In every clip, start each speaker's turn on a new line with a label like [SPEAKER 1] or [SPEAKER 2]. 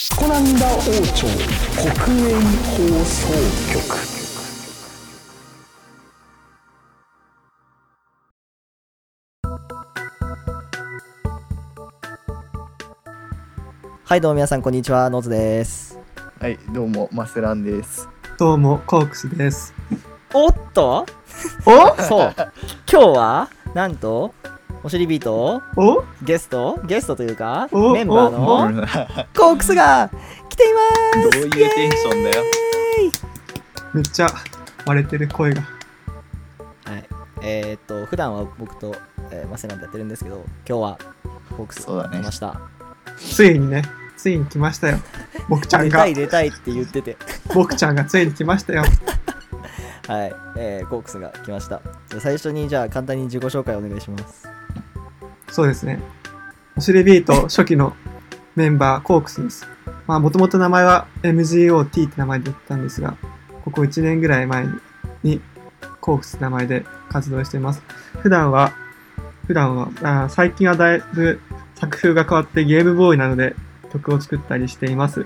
[SPEAKER 1] スコナンダ王朝国営放送局
[SPEAKER 2] はいどうも皆さんこんにちはノーズです
[SPEAKER 3] はい、どうも、マスランです。
[SPEAKER 4] どうも、コークスです。
[SPEAKER 2] おっと
[SPEAKER 4] お
[SPEAKER 2] そう今日はなんとおしりビート
[SPEAKER 4] お
[SPEAKER 2] ゲストゲストというか
[SPEAKER 4] お
[SPEAKER 2] メンバー
[SPEAKER 4] お
[SPEAKER 3] どう
[SPEAKER 2] の
[SPEAKER 3] いう
[SPEAKER 2] コークスが来ています
[SPEAKER 3] テンションだよ。
[SPEAKER 4] めっちゃ割れてる声が。
[SPEAKER 2] はいえー、っと普段は僕と、えーマセランでやってるんですけど今日はコークス
[SPEAKER 3] そうだね
[SPEAKER 2] 来ました、
[SPEAKER 4] ついにね、ついに来ましたよ。僕ちゃん
[SPEAKER 2] 出た
[SPEAKER 4] が
[SPEAKER 2] い、出たいって言ってて
[SPEAKER 4] 僕ちゃんがついに来ましたよ。
[SPEAKER 2] はい、えー、コークスが来ましたじゃあ最初にじゃあ簡単に自己紹介お願いします
[SPEAKER 4] そうですね。おしりビート初期のメンバー、コークスです。まあ、もともと名前は MGOT って名前で言ったんですが、ここ1年ぐらい前に、にコークスって名前で活動しています。普段は、普段は、あー最近はだいぶ作風が変わってゲームボーイなので曲を作ったりしています。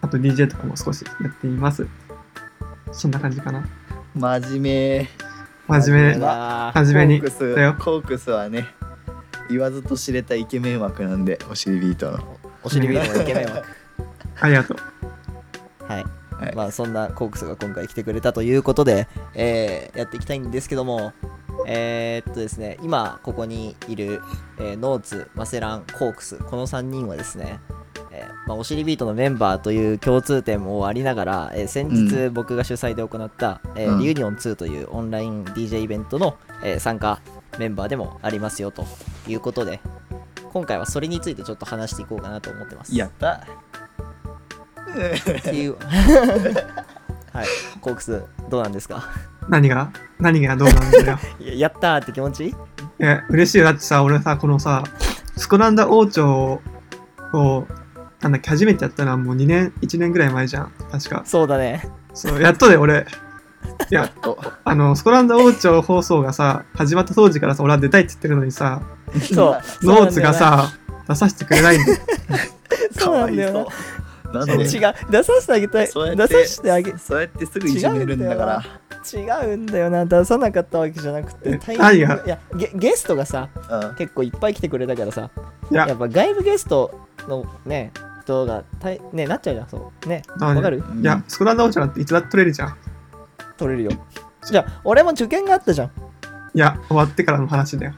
[SPEAKER 4] あと DJ とかも少しやっています。そんな感じかな。
[SPEAKER 3] 真面目。
[SPEAKER 4] 真面
[SPEAKER 2] う
[SPEAKER 4] 目。
[SPEAKER 2] わー
[SPEAKER 4] 真面目に
[SPEAKER 3] コー。クス
[SPEAKER 4] だよ
[SPEAKER 3] コークスはね、言わずと知れたイケメン枠なんで、お尻ビートの。
[SPEAKER 2] おしりビートがイケメン枠
[SPEAKER 4] ありがとう。
[SPEAKER 2] はい、
[SPEAKER 3] はい
[SPEAKER 2] まあそんなコークスが今回来てくれたということで、えーやっていきたいんですけどもえーっとですね今ここにいる、えーノーツマセランコークスこの3人はですね、えーまあ、おしりビートのメンバーという共通点もありながら、えー先日僕が主催で行った、えー
[SPEAKER 3] うん
[SPEAKER 2] リユニオン2というオンライン DJ イベントの、えー参加メンバーでもありますよということで今回はそれについてちょっと話していこうかなと思ってます。
[SPEAKER 3] やった。
[SPEAKER 2] っていう はいコークスどうなんですか
[SPEAKER 4] 何が何がどうなんだよ。
[SPEAKER 2] ややったーって気持ち
[SPEAKER 4] え、嬉しいよ。だってさ、俺さ、このさ、スコランダ王朝を、なんだっけ、初めてやったのはもう2年、1年ぐらい前じゃん。確か。
[SPEAKER 2] そうだ ね
[SPEAKER 4] そう、やっとで俺、いや、
[SPEAKER 3] と、
[SPEAKER 4] あの、スコランダ王朝放送がさ、始まった当時からさ、俺は出たいって言ってるのにさ、
[SPEAKER 2] そう
[SPEAKER 4] ノーツがさ、出させてくれないんだよ。
[SPEAKER 2] そうなんだよな
[SPEAKER 3] かわいそうなん
[SPEAKER 2] 違う
[SPEAKER 3] で
[SPEAKER 2] 出させてあげたい出
[SPEAKER 3] そうやっ
[SPEAKER 2] さ
[SPEAKER 3] て
[SPEAKER 2] せてあげ
[SPEAKER 3] そうやってすぐいじめるんだから。
[SPEAKER 2] 違うんだよな出さなかったわけじゃなくて
[SPEAKER 4] え
[SPEAKER 2] タイミング
[SPEAKER 4] 何が
[SPEAKER 2] いやゲゲストがさ
[SPEAKER 3] うん
[SPEAKER 2] 結構いっぱい来てくれたからさ
[SPEAKER 4] い
[SPEAKER 2] や
[SPEAKER 4] や
[SPEAKER 2] っ、ぱ外部ゲストのね人がたいねなっちゃうじゃんそうね
[SPEAKER 4] な
[SPEAKER 2] わ
[SPEAKER 4] に
[SPEAKER 2] かる
[SPEAKER 3] うん
[SPEAKER 4] いや、スコランダ王朝なんていつだって取れるじゃん。
[SPEAKER 2] 取れるよじゃあ俺も受験があったじゃん
[SPEAKER 4] いや、終わってからの話だよ。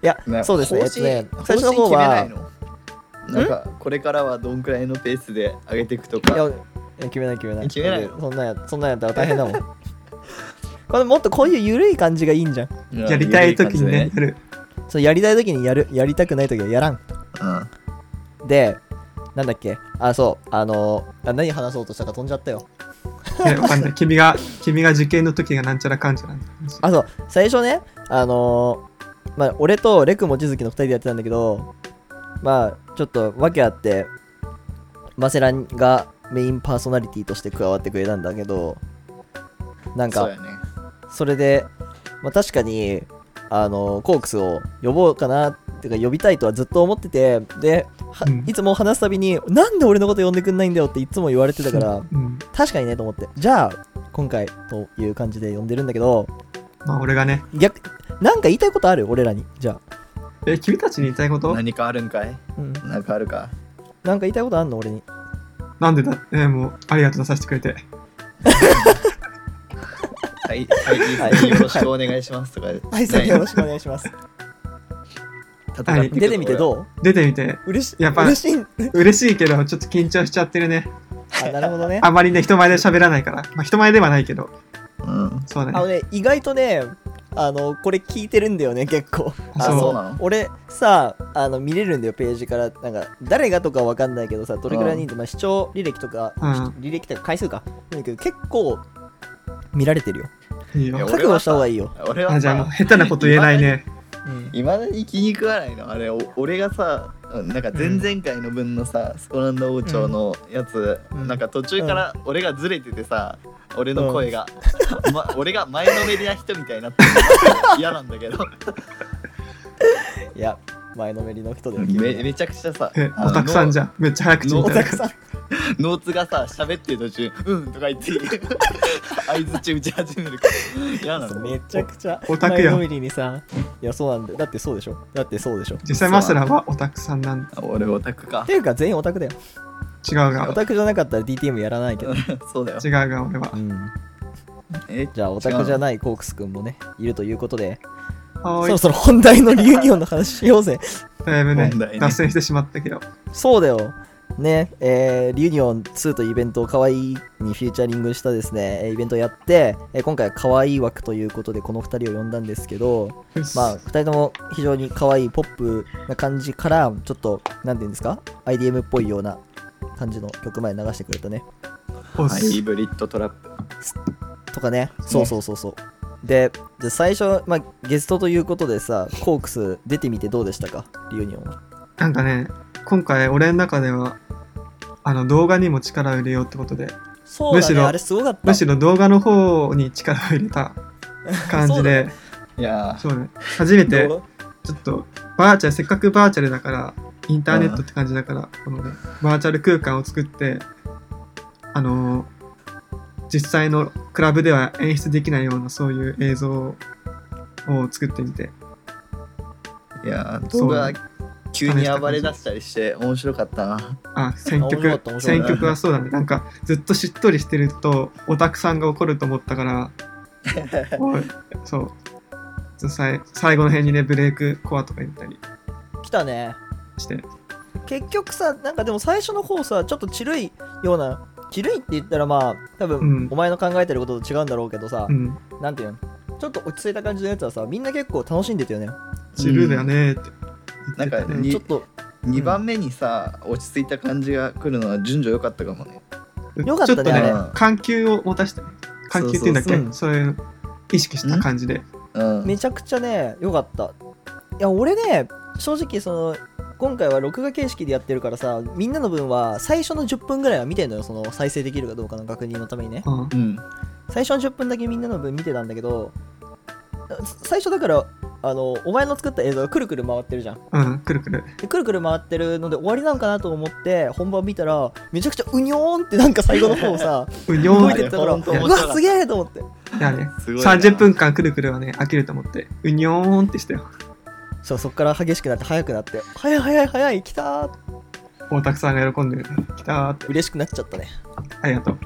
[SPEAKER 2] いや、
[SPEAKER 3] ね
[SPEAKER 2] そうですね,、え
[SPEAKER 3] 方
[SPEAKER 2] っと
[SPEAKER 3] 針
[SPEAKER 2] ね
[SPEAKER 3] 方
[SPEAKER 2] 最
[SPEAKER 3] 針
[SPEAKER 2] 初の方
[SPEAKER 3] 決めな
[SPEAKER 2] はい
[SPEAKER 3] のなんか、これからはどんくらいのペースで上げていくと
[SPEAKER 2] いや
[SPEAKER 3] か。
[SPEAKER 2] いや決めない決めない
[SPEAKER 3] 決めないの
[SPEAKER 2] そんなんやそんなんやったら大変だもん これもっとこういう緩い感じがいいんじゃん
[SPEAKER 4] やりたい時にね、やる。
[SPEAKER 2] そうやりたい時にやるやりたくない時はやらん
[SPEAKER 3] うん。
[SPEAKER 2] でなんだっけあそうあのあ何話そうとしたか飛んじゃったよ
[SPEAKER 4] いやわかんない。君が、君が受験の時がなんちゃらかんちゃらなんて話
[SPEAKER 2] あそう最初ねあのーまあ俺とレク望月の2人でやってたんだけどまあちょっと訳あってマセランがメインパーソナリティとして加わってくれたんだけどなんか
[SPEAKER 3] そうやね。
[SPEAKER 2] それで、まあ、確かにあのコークスを呼ぼうかなっていうか呼びたいとはずっと思っててで、は
[SPEAKER 4] うん
[SPEAKER 2] いつも話すたびになんで俺のこと呼んでくんないんだよっていつも言われてたから
[SPEAKER 4] うん。
[SPEAKER 2] 確かにねと思ってじゃあ今回という感じで呼んでるんだけど
[SPEAKER 4] まあ、俺がね、
[SPEAKER 2] 逆なんか言いたいことある俺らにじゃあ、
[SPEAKER 4] え、君たちに言いたいこと
[SPEAKER 3] 何かあるんかい
[SPEAKER 2] うん、なんか
[SPEAKER 3] なんかあるか。
[SPEAKER 2] 言いたいことあんの俺に
[SPEAKER 4] なんでだえーもう、ありがとう出させてくれて。
[SPEAKER 3] はい、はい、よろしくお願いしますとか。
[SPEAKER 2] はいそれよろしくお願いします
[SPEAKER 3] 戦っていく
[SPEAKER 2] 出てみてど
[SPEAKER 3] う
[SPEAKER 2] う
[SPEAKER 4] 出てみて、
[SPEAKER 2] 嬉し
[SPEAKER 4] やっぱ
[SPEAKER 2] 嬉しいん
[SPEAKER 4] 嬉しいけど、ちょっと緊張しちゃってるね。
[SPEAKER 2] あなるほどね
[SPEAKER 4] あまりね、人前で喋らないから。まあ、人前ではないけど、
[SPEAKER 3] うん。
[SPEAKER 4] そうだ
[SPEAKER 2] あの
[SPEAKER 4] ね。
[SPEAKER 2] ね、意外とね、あの、これ聞いてるんだよね、結構。
[SPEAKER 4] あ
[SPEAKER 2] あの
[SPEAKER 3] そうなの
[SPEAKER 2] 俺さ、あの、見れるんだよ、ページから。なんか、誰がとかわかんないけどさ、どれくらい人数、まあ、視聴履歴とか、
[SPEAKER 4] うん
[SPEAKER 2] し履歴とか回数か。なんだけど、結構、見られてるよ。
[SPEAKER 4] いい
[SPEAKER 3] いや
[SPEAKER 4] よ。
[SPEAKER 2] 覚悟した方がいいよ。
[SPEAKER 3] 俺は
[SPEAKER 4] あ、じゃあもう、下手なこと言えないね。
[SPEAKER 3] いまだに気に食わないのあれお俺がさなんか前々回の分のさ、スコランド王朝のやつ、
[SPEAKER 2] うん
[SPEAKER 3] なんか途中から俺がずれててさ俺の声が、 ま、俺が 前のめりな人みたいになってるのが嫌なんだけど
[SPEAKER 2] いや、前のめりの人でも聞いて
[SPEAKER 3] めめちゃくちゃさ
[SPEAKER 4] え、
[SPEAKER 3] あの
[SPEAKER 4] おたくさんじゃん。めっちゃ早口み
[SPEAKER 3] ノー
[SPEAKER 4] たい
[SPEAKER 3] お
[SPEAKER 4] な。
[SPEAKER 3] たくさんノーツがさ喋ってる途中「うん」とか言って 相づち打ち始めるから嫌なの
[SPEAKER 2] めちゃくちゃ
[SPEAKER 4] オタクやん
[SPEAKER 2] 前のめりにさいやそうなんだよだってそうでしょだってそうでしょっ
[SPEAKER 4] 実際マスラはオタクさんなんだ
[SPEAKER 3] あ俺オタクか
[SPEAKER 2] ていうか全員オタクだよ
[SPEAKER 4] 違うが
[SPEAKER 2] オ、タクじゃなかったら DTM やらないけど、
[SPEAKER 3] そうだよ
[SPEAKER 4] 違うが俺は
[SPEAKER 2] う。ん、
[SPEAKER 3] え
[SPEAKER 2] じゃあオタクじゃないコークスくんもねいるということで
[SPEAKER 4] は
[SPEAKER 2] そ
[SPEAKER 4] ー
[SPEAKER 2] ろ
[SPEAKER 4] い。
[SPEAKER 2] そろ本題のリユニオンの話しようぜ
[SPEAKER 4] だいぶね
[SPEAKER 3] 問題、ね
[SPEAKER 4] 脱線してしまったけど。
[SPEAKER 2] そうだよ。ね、えーリユニオン2というイベントを可愛いにフューチャリングしたですね、えーイベントをやって、えー今回は可愛い枠ということでこの2人を呼んだんですけど、
[SPEAKER 4] うっす
[SPEAKER 2] まあ、2人とも非常に可愛いポップな感じから、ちょっと、なんていうんですか、IDM っぽいような感じの曲まで流してくれたね。
[SPEAKER 4] お
[SPEAKER 3] ハ
[SPEAKER 4] っす
[SPEAKER 3] イブリッドトラップ
[SPEAKER 2] とかね、そうそうそうそう。で、じゃあ最初、まあ、ゲストということでさ、コークス出てみてどうでしたか、リユニオンは。
[SPEAKER 4] なんかね、今回俺の中では、あの動画にも力を入れようってことで、
[SPEAKER 2] そう
[SPEAKER 4] む
[SPEAKER 2] だ
[SPEAKER 4] し
[SPEAKER 2] ね、
[SPEAKER 4] ろ
[SPEAKER 2] あれすごかった。
[SPEAKER 4] むしろ動画の方に力を入れた感じで、
[SPEAKER 3] いやー
[SPEAKER 4] そうね、初めて
[SPEAKER 2] 動画
[SPEAKER 4] ちょっとバーチャル、せっかくバーチャルだから、インターネットって感じだから、このね、バーチャル空間を作って、あのー実際のクラブでは演出できないようなそういう映像を作ってみて、
[SPEAKER 3] いやー
[SPEAKER 4] そ
[SPEAKER 3] 動
[SPEAKER 4] う
[SPEAKER 3] 画急に暴れ出したりして面白かったな
[SPEAKER 4] あ、選
[SPEAKER 2] あ面白かっ
[SPEAKER 4] 曲
[SPEAKER 2] た面、白か
[SPEAKER 4] 選
[SPEAKER 2] った
[SPEAKER 4] 曲はそうだね。なんか、ずっとしっとりしてると、オタクさんが怒ると思っ たから、おいそう。ずさい最後の辺にね、ブレイクコアとか言ったり
[SPEAKER 2] 来たね。
[SPEAKER 4] して、
[SPEAKER 2] 結局さなんかでも最初の方さちょっとちるいようなちるいって言ったらまあ多
[SPEAKER 4] うん
[SPEAKER 2] 分お前の考えてることと違うんだろうけどさ
[SPEAKER 4] う、ん、
[SPEAKER 2] なんていうのちょっと落ち着いた感じのやつはさみんな結構楽しんでたよね、
[SPEAKER 4] チルだよねーって言ってた
[SPEAKER 3] なんか
[SPEAKER 4] ね
[SPEAKER 3] ねい
[SPEAKER 2] ちょっと
[SPEAKER 3] 2番目にさ落ち着いた感じが来るのは順序良かったかもね
[SPEAKER 2] よかったね
[SPEAKER 4] ちょっと
[SPEAKER 3] あ
[SPEAKER 4] ね
[SPEAKER 3] れ、
[SPEAKER 4] 緩急を持たしてね、緩急っていうんだっけ
[SPEAKER 2] そうそうそう
[SPEAKER 4] そういうの意識した感じで。
[SPEAKER 3] うん
[SPEAKER 2] めちゃくちゃね良かったいや俺ね正直その今回は録画形式でやってるからさみんなの分は最初の10分ぐらいは見てんのよその再生できるかどうかの確認のためにね
[SPEAKER 4] うん
[SPEAKER 3] うん
[SPEAKER 2] 最初の10分だけみんなの分見てたんだけど最初だからあのお前の作った映像がくるくる回ってるじゃん
[SPEAKER 4] うん、くるくる。
[SPEAKER 2] でくるくる回ってるので終わりなんかなと思って本番見たらめちゃくちゃうにょーんってなんか最後の方さ
[SPEAKER 4] うにょ
[SPEAKER 2] 動
[SPEAKER 4] ー
[SPEAKER 2] い
[SPEAKER 4] ん
[SPEAKER 2] てったから
[SPEAKER 3] あれ本当
[SPEAKER 2] う
[SPEAKER 3] 面白かった
[SPEAKER 2] わすげえと思って
[SPEAKER 4] いやね、
[SPEAKER 3] すごいな
[SPEAKER 4] 30分間くるくるはね、飽きると思って、うにょーんってしたよ。
[SPEAKER 2] そうそっから激しくなって速くなって早い早い早い来たー
[SPEAKER 4] 大田区さんが喜んでるね。来たーって、
[SPEAKER 2] 嬉しくなっちゃったね
[SPEAKER 4] ありがとう。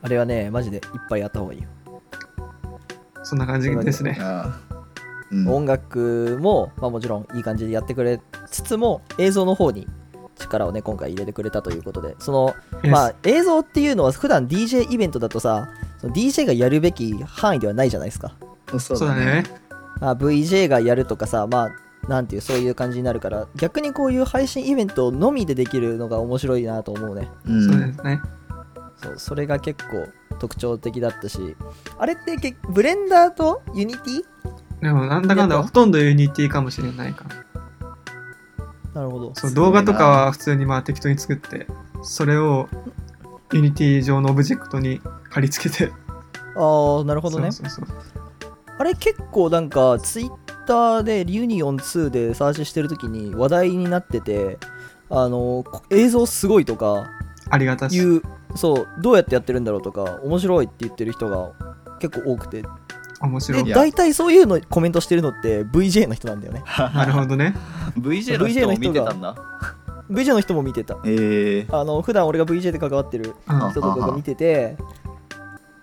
[SPEAKER 2] あれはねマジでいっぱいやった方がいいよ、
[SPEAKER 4] そんな感じですね。
[SPEAKER 3] あーうん
[SPEAKER 2] 音楽も、まあ、もちろんいい感じでやってくれつつも映像の方に力をね今回入れてくれたということでそのまあ映像っていうのは普段 DJ イベントだとさその DJ がやるべき範囲ではないじゃないですか
[SPEAKER 3] そ
[SPEAKER 4] そうだね。
[SPEAKER 2] まあ、VJ がやるとかさまあなんていうそういう感じになるから逆にこういう配信イベントのみでできるのが面白いなと思うね
[SPEAKER 3] うん
[SPEAKER 4] そうですね。
[SPEAKER 2] そうそれが結構特徴的だったしあれってけブレンダーとユニティ
[SPEAKER 4] でも、なんだかんだ、ほとんどユニティかもしれないから。
[SPEAKER 2] なるほど
[SPEAKER 4] そう
[SPEAKER 3] すごいな
[SPEAKER 4] 動画とかは普通にまあ適当に作ってそれをユニティ上のオブジェクトに貼り付けて
[SPEAKER 2] ああなるほどね
[SPEAKER 4] そうそうそう
[SPEAKER 2] あれ結構なんか Twitter でリユニオン2でサーチしてる時に話題になっててあのこ映像すごいとか
[SPEAKER 4] ありがたし
[SPEAKER 2] いうそうどうやってやってるんだろうとか面白いって言ってる人が結構多くて
[SPEAKER 4] 面白
[SPEAKER 2] で
[SPEAKER 4] い
[SPEAKER 3] や
[SPEAKER 2] 大体そういうのコメントしてるのって VJ の人なんだよね
[SPEAKER 4] なるほどね
[SPEAKER 3] VJ の
[SPEAKER 2] VJ
[SPEAKER 3] 人
[SPEAKER 2] の
[SPEAKER 3] も
[SPEAKER 2] 人が
[SPEAKER 3] 見てたんだ
[SPEAKER 2] VJ の人も見てた
[SPEAKER 3] ええ
[SPEAKER 2] あの普段俺が VJ で関わってる
[SPEAKER 4] うん
[SPEAKER 2] 人とかが見てて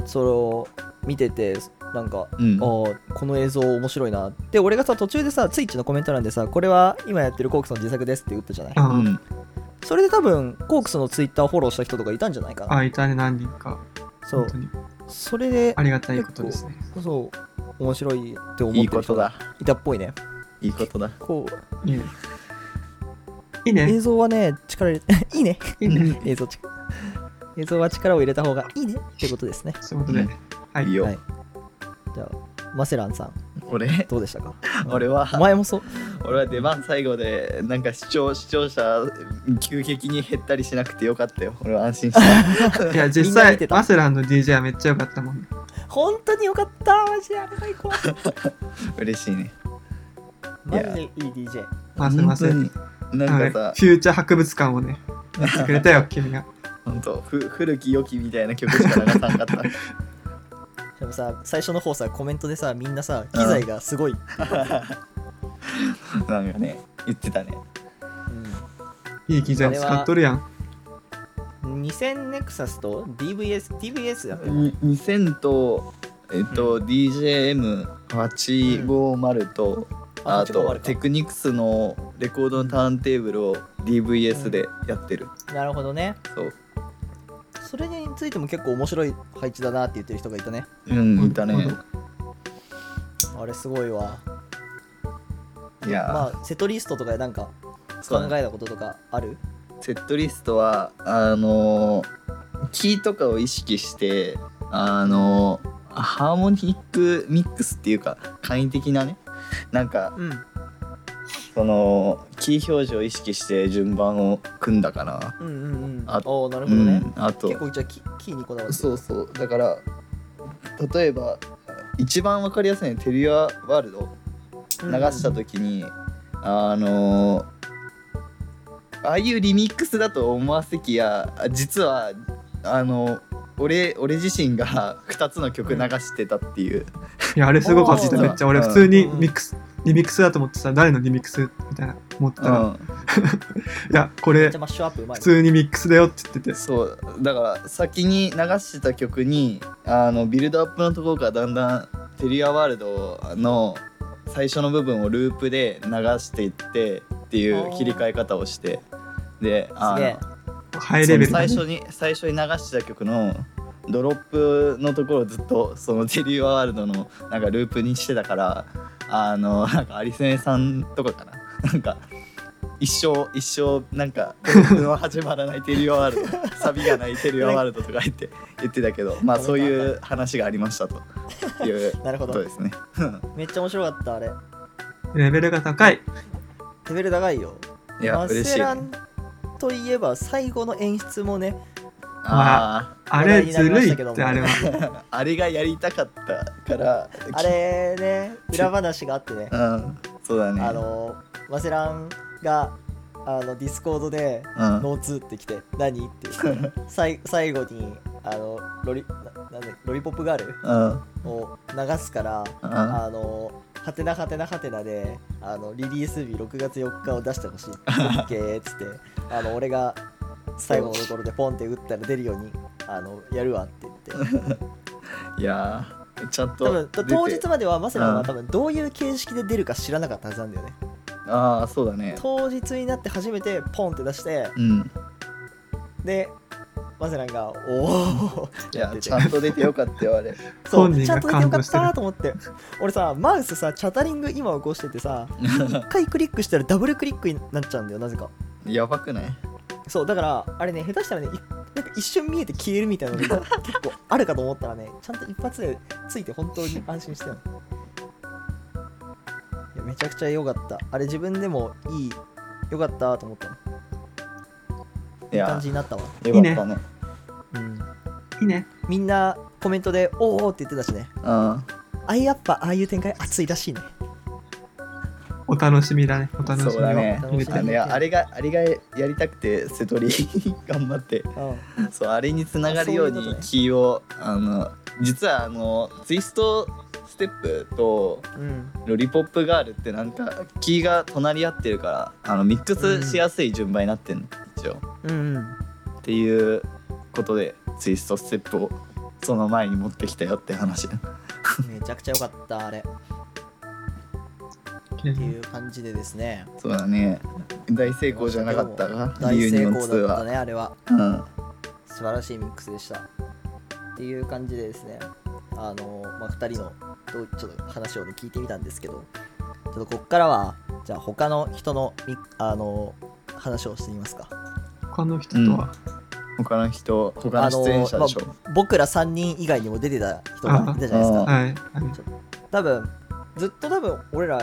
[SPEAKER 2] それを見ててなんか
[SPEAKER 3] うん
[SPEAKER 2] あーこの映像面白いなで俺がさ途中でさ Twitch のコメント欄でさこれは今やってるコークスの自作ですって打ったじゃない
[SPEAKER 4] うん
[SPEAKER 3] うん
[SPEAKER 2] それで多分コークスの Twitter フォローした人とかいたんじゃないかな
[SPEAKER 4] あいたね何人か
[SPEAKER 2] そ
[SPEAKER 4] 本
[SPEAKER 2] う
[SPEAKER 4] 当に
[SPEAKER 2] それで
[SPEAKER 4] ありがたいことですね
[SPEAKER 2] そう面白いって思ってる人
[SPEAKER 3] いいことだ
[SPEAKER 2] いたっぽいね
[SPEAKER 3] いいことだ
[SPEAKER 2] こう
[SPEAKER 4] いいねいいね
[SPEAKER 2] 映像はね力入れ ていいね
[SPEAKER 4] いいね
[SPEAKER 2] 映像ち映像は力を入れた方がいいねってことですね。
[SPEAKER 4] そういうことではい
[SPEAKER 3] いいよ、
[SPEAKER 2] はいじゃあ、マセランさん、
[SPEAKER 3] 俺
[SPEAKER 2] どうでした か
[SPEAKER 3] 俺は
[SPEAKER 2] お前もそう。
[SPEAKER 3] 俺は出番最後でなんか視聴視聴者急激に減ったりしなくてよかったよ俺は安心 した
[SPEAKER 4] いや実
[SPEAKER 2] みんな見
[SPEAKER 4] 際
[SPEAKER 2] てた
[SPEAKER 4] マセランの DJ はめっちゃ良かったもんね
[SPEAKER 2] 本当によかった、マジであれ最高。
[SPEAKER 3] 嬉しいね
[SPEAKER 2] マジでいい DJ。
[SPEAKER 4] まあすいませ
[SPEAKER 3] 本
[SPEAKER 4] ん。
[SPEAKER 3] 当になん
[SPEAKER 4] はい
[SPEAKER 3] かさ
[SPEAKER 4] フューチャー博物館をね、やってくれたよ、君が。
[SPEAKER 3] 本当ふ古き良きみたいな曲しか流さなかった
[SPEAKER 2] でもさ、最初の方さ、コメントでさ、みんなさ、機材がすごい。うん
[SPEAKER 3] なんかね言ってたね
[SPEAKER 4] いい機材
[SPEAKER 2] これは
[SPEAKER 4] 使っとるやん。
[SPEAKER 2] 2000ネクサスと DVS、TVS だっけ
[SPEAKER 3] に2000とえっと、DJM850 と、あ
[SPEAKER 2] 850
[SPEAKER 3] と
[SPEAKER 2] か
[SPEAKER 3] テクニクスのレコードのターンテーブルを DVS でやってる、
[SPEAKER 2] なるほどね。
[SPEAKER 3] そう
[SPEAKER 2] それについても結構面白い配置だなって言ってる人がいたね。
[SPEAKER 3] うんいたね
[SPEAKER 4] なるほ
[SPEAKER 2] あれすごいわ。
[SPEAKER 3] いやー、
[SPEAKER 2] まあ、セットリストとかでなんか
[SPEAKER 3] そう
[SPEAKER 2] 考
[SPEAKER 3] だね
[SPEAKER 2] えたこととかある
[SPEAKER 3] セットリストはあのーキーとかを意識してあのーハーモニックミックスっていうか簡易的なねなんか
[SPEAKER 2] うん。
[SPEAKER 3] そのキー表示を意識して順番を組んだかな。
[SPEAKER 2] うんうんうん。あ
[SPEAKER 3] あ
[SPEAKER 2] おーなるほどね。
[SPEAKER 3] うん、あと
[SPEAKER 2] 結構じゃあキキーにこだわってる。
[SPEAKER 3] そうそうだから例えば一番わかりやすいのはテリアワールド流した時に、あのーああいうリミックスだと思わせきやあ実はあの俺俺自身が 2つの曲流してたっていう、
[SPEAKER 4] いや、あれすごかった、
[SPEAKER 2] おー
[SPEAKER 4] めっちゃ。俺、普通にミックス、リミックスだと思ってさ、誰のリミックスみたいな思って
[SPEAKER 3] う
[SPEAKER 4] たら、
[SPEAKER 3] ん
[SPEAKER 4] いや、こ
[SPEAKER 2] めっ
[SPEAKER 4] れ
[SPEAKER 2] ちゃ、マッシュアップうまい
[SPEAKER 4] 普。通にミックスだよって言ってて。
[SPEAKER 3] そうだから先に流してた曲にあのビルドアップのところからだんだん「テリアワールド」の最初の部分をループで流していってっていう切り替え方をしてであ
[SPEAKER 2] すげえ
[SPEAKER 3] の。
[SPEAKER 4] ハイレベル
[SPEAKER 3] そ
[SPEAKER 4] だ
[SPEAKER 3] の
[SPEAKER 4] ね
[SPEAKER 3] 最初に最初に流してた曲のドロップのところをずっとそのテリーワールドのなんかループにしてたからあのなんかアリセネさんとかかななんか一生一生なんかドロップの始まらないテリーワールドサビがないテリーワールドとか言って言ってたけどまあそういう話がありましたという
[SPEAKER 2] なるほ
[SPEAKER 3] こと
[SPEAKER 2] ど
[SPEAKER 3] で。すね。
[SPEAKER 2] めっちゃ面白かった、あれ。
[SPEAKER 4] レベルが高い。
[SPEAKER 2] レベル高いよ。
[SPEAKER 3] いや
[SPEAKER 2] マ
[SPEAKER 3] 嬉し
[SPEAKER 2] セ
[SPEAKER 3] いね。
[SPEAKER 2] ランといえば最後の演出もね、
[SPEAKER 3] あ
[SPEAKER 4] あ
[SPEAKER 2] 話題
[SPEAKER 4] れ、
[SPEAKER 2] になり
[SPEAKER 4] ず
[SPEAKER 2] まし
[SPEAKER 4] るい
[SPEAKER 2] た
[SPEAKER 4] っ
[SPEAKER 2] けども
[SPEAKER 4] て、あれは。
[SPEAKER 3] ーあれがやりたかったから
[SPEAKER 2] あれね、裏話があってね
[SPEAKER 3] う、んそうだね。
[SPEAKER 2] あの、マセランが、あの、ディスコードで、
[SPEAKER 3] うん
[SPEAKER 2] ノーツーって来て、何って さい最後に、あの、ロリ、ななんだロリポップガール
[SPEAKER 3] うんうん
[SPEAKER 2] を流すから、あの、はてなはてなはてなで、あの、リリース日6月4日を出してほ しい。オッケーっつって、あの、俺が最後のところでポンって打ったら出るように、あの、やるわって 言って。
[SPEAKER 3] いやーちゃんと
[SPEAKER 2] 多分、
[SPEAKER 3] 出て
[SPEAKER 2] 当日まではマセラン
[SPEAKER 3] う
[SPEAKER 2] は
[SPEAKER 3] ん
[SPEAKER 2] 多分、どういう形式で出るか知らなかったはずなんだよね。
[SPEAKER 3] ああそうだね
[SPEAKER 2] 当日になって初めてポンって出して、
[SPEAKER 3] うん
[SPEAKER 2] で、マセランが、おお
[SPEAKER 3] いやちゃんと出てよかったよあれ
[SPEAKER 2] そ
[SPEAKER 4] 本
[SPEAKER 2] う、
[SPEAKER 4] 人
[SPEAKER 2] ちゃん
[SPEAKER 4] が
[SPEAKER 2] と出てよ
[SPEAKER 4] 感
[SPEAKER 2] か
[SPEAKER 4] 動
[SPEAKER 2] っ
[SPEAKER 4] してる
[SPEAKER 2] たと思って。俺さ、マウスさ、チャタリング今起こしててさ、一回クリックしたらダブルクリックになっちゃうんだよ、なぜか。
[SPEAKER 3] やばくない
[SPEAKER 2] そう、だから、あれね、下手したらね、いなんか一瞬見えて消えるみたいなのが結構あるかと思ったらね、ちゃんと一発でついて本当に安心したよ。いやめちゃくちゃ良かった。あれ自分でもいい、良かったと思ったの。
[SPEAKER 3] い
[SPEAKER 2] いい感
[SPEAKER 3] や
[SPEAKER 2] じになったわ。
[SPEAKER 3] よかったね
[SPEAKER 2] うん。
[SPEAKER 4] いいね。
[SPEAKER 2] みんなコメントで、おーおーって言ってたしね。
[SPEAKER 3] うん
[SPEAKER 2] あいやっぱああいう展開熱いらしいね。
[SPEAKER 4] お楽しみだね。お楽しみ
[SPEAKER 3] そうだね
[SPEAKER 4] を
[SPEAKER 2] 楽
[SPEAKER 3] あ
[SPEAKER 4] 入れ
[SPEAKER 2] し
[SPEAKER 4] て
[SPEAKER 2] み
[SPEAKER 3] のいやあれがあれがやりたくて瀬戸り 頑張って
[SPEAKER 2] うん。
[SPEAKER 3] そうあれにつながるよう
[SPEAKER 2] あそういう
[SPEAKER 3] に
[SPEAKER 2] ことね
[SPEAKER 3] キーをあの実はあのツイストステップと
[SPEAKER 2] うん。
[SPEAKER 3] ロリポップガールってなんかキーが隣り合ってるからあのミックスしやすい順番になってんの、一応
[SPEAKER 2] うんうん。
[SPEAKER 3] っていうことでツイストステップをその前に持ってきたよって話
[SPEAKER 2] めちゃくちゃ良かった、あれ。っていう感じでですね。
[SPEAKER 3] そうだね大成功じゃなかったが
[SPEAKER 2] 大
[SPEAKER 3] ユニ
[SPEAKER 2] 成
[SPEAKER 3] オン2
[SPEAKER 2] 功だった
[SPEAKER 3] は、
[SPEAKER 2] ね、あれは。
[SPEAKER 3] うん、
[SPEAKER 2] 素晴らしいミックスでした。っていう感じでですね、あの、まあ、2人のどうちょっと話をね、聞いてみたんですけど、ちょっとこっからは、じゃあ他の人のミあの話をしてみますか。
[SPEAKER 4] 他の人とは。
[SPEAKER 3] 他の人他の出演者でしょ、
[SPEAKER 2] 僕ら3人以外にも出てた人がいたじゃないです
[SPEAKER 3] あ
[SPEAKER 2] か。
[SPEAKER 4] はい。はい
[SPEAKER 2] 多分、ずっと多分俺ら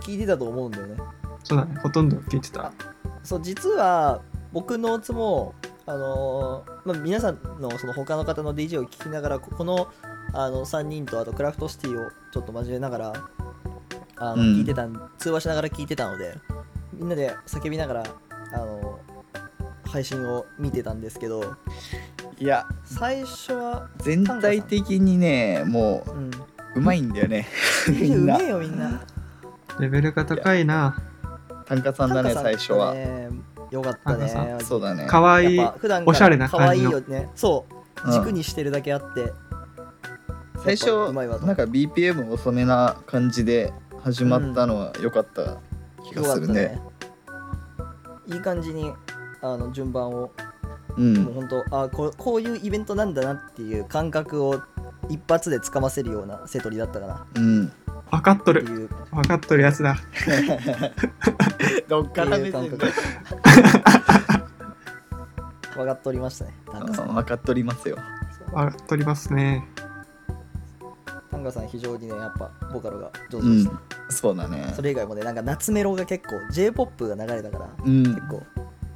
[SPEAKER 2] 聞いてたと思うんだよね。
[SPEAKER 4] そうだね。ほとんど聞いてた。
[SPEAKER 2] そう実は僕のーツもあのーまあ、皆さんのその他の方の DJ を聞きながらここのあの3人とあとクラフトシティをちょっと交えながらあの、
[SPEAKER 3] うん
[SPEAKER 2] 聞いてたん通話しながら聞いてたのでみんなで叫びながらあの配信を見てたんですけど
[SPEAKER 3] いや
[SPEAKER 2] 最初は
[SPEAKER 3] 全体的にねも
[SPEAKER 2] うん
[SPEAKER 3] ううまいんだよねみ
[SPEAKER 2] うん
[SPEAKER 3] な
[SPEAKER 2] めえよみんな
[SPEAKER 4] レベルが高いな。
[SPEAKER 3] 短歌さんだね
[SPEAKER 2] タンカさん
[SPEAKER 3] 最初は
[SPEAKER 2] ねよかった
[SPEAKER 4] タンカ
[SPEAKER 2] ね
[SPEAKER 3] そうだね
[SPEAKER 4] かわいい
[SPEAKER 2] やっ。ぱ普段
[SPEAKER 4] おしゃれな
[SPEAKER 2] かわ
[SPEAKER 4] 感
[SPEAKER 2] い
[SPEAKER 4] じ
[SPEAKER 2] い
[SPEAKER 4] の
[SPEAKER 2] よねそう
[SPEAKER 3] うん
[SPEAKER 2] 軸にしてるだけあって
[SPEAKER 3] 最初
[SPEAKER 2] やっぱうまいわと
[SPEAKER 3] なんか BPM 遅めな感じで始まったのは良かった気
[SPEAKER 2] よ
[SPEAKER 3] が
[SPEAKER 2] か
[SPEAKER 3] す
[SPEAKER 2] った
[SPEAKER 3] るね
[SPEAKER 2] ねいい感じにあの順番を
[SPEAKER 3] うん
[SPEAKER 2] もう本当あここういうイベントなんだなっていう感覚を一発でつかませるようなセトリだったかな
[SPEAKER 3] うん
[SPEAKER 4] 分かっと
[SPEAKER 2] って
[SPEAKER 4] る。
[SPEAKER 2] いう
[SPEAKER 4] 分かっとるやつだ。
[SPEAKER 3] どっから目
[SPEAKER 2] っていう感
[SPEAKER 3] 線
[SPEAKER 2] 覚分かっておりましたねタンカさん
[SPEAKER 3] 分かっとりますよ
[SPEAKER 4] 分かっとりますね。
[SPEAKER 2] タンカさん非常にねやっぱボカロが上手
[SPEAKER 3] う
[SPEAKER 2] でし
[SPEAKER 3] ん
[SPEAKER 2] た、
[SPEAKER 3] そうだね
[SPEAKER 2] それ以外もねなんか夏メロが結構 j p o p が流れたから
[SPEAKER 3] うん
[SPEAKER 2] 結構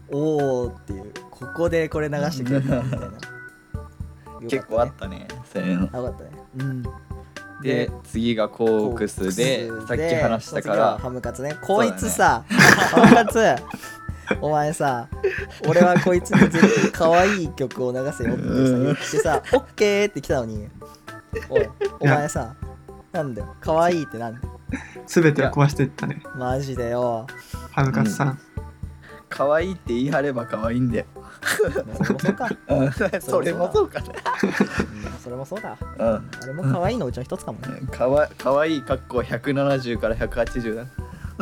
[SPEAKER 2] おーっていうここでこれ流してくれたみ たいな
[SPEAKER 3] 結構あ
[SPEAKER 2] よ
[SPEAKER 3] ったねそういう
[SPEAKER 2] か
[SPEAKER 3] の
[SPEAKER 2] ったねよかったねうん
[SPEAKER 3] で次がコークスで
[SPEAKER 2] コークス
[SPEAKER 3] さっき話し
[SPEAKER 2] その
[SPEAKER 3] たか
[SPEAKER 2] 次は
[SPEAKER 3] ら
[SPEAKER 2] ハムカツねこいつさ、ハムカツお前さ俺はこいつに絶対可愛い曲を流せよってさ言ってさオッケーって来たのにおいお前さなんだよ可愛いってなんだよ
[SPEAKER 4] すべてを壊していったね。
[SPEAKER 2] マジでよ
[SPEAKER 4] ハムカツさん。
[SPEAKER 3] 可愛いって言い張れば可愛いんだよ
[SPEAKER 2] まあそれもそうか、
[SPEAKER 3] うん それもそうかね
[SPEAKER 2] うんそれもそうだ
[SPEAKER 3] うん
[SPEAKER 2] あれも可愛いのうちの一つかもね
[SPEAKER 3] かわかわいい格好170から180だ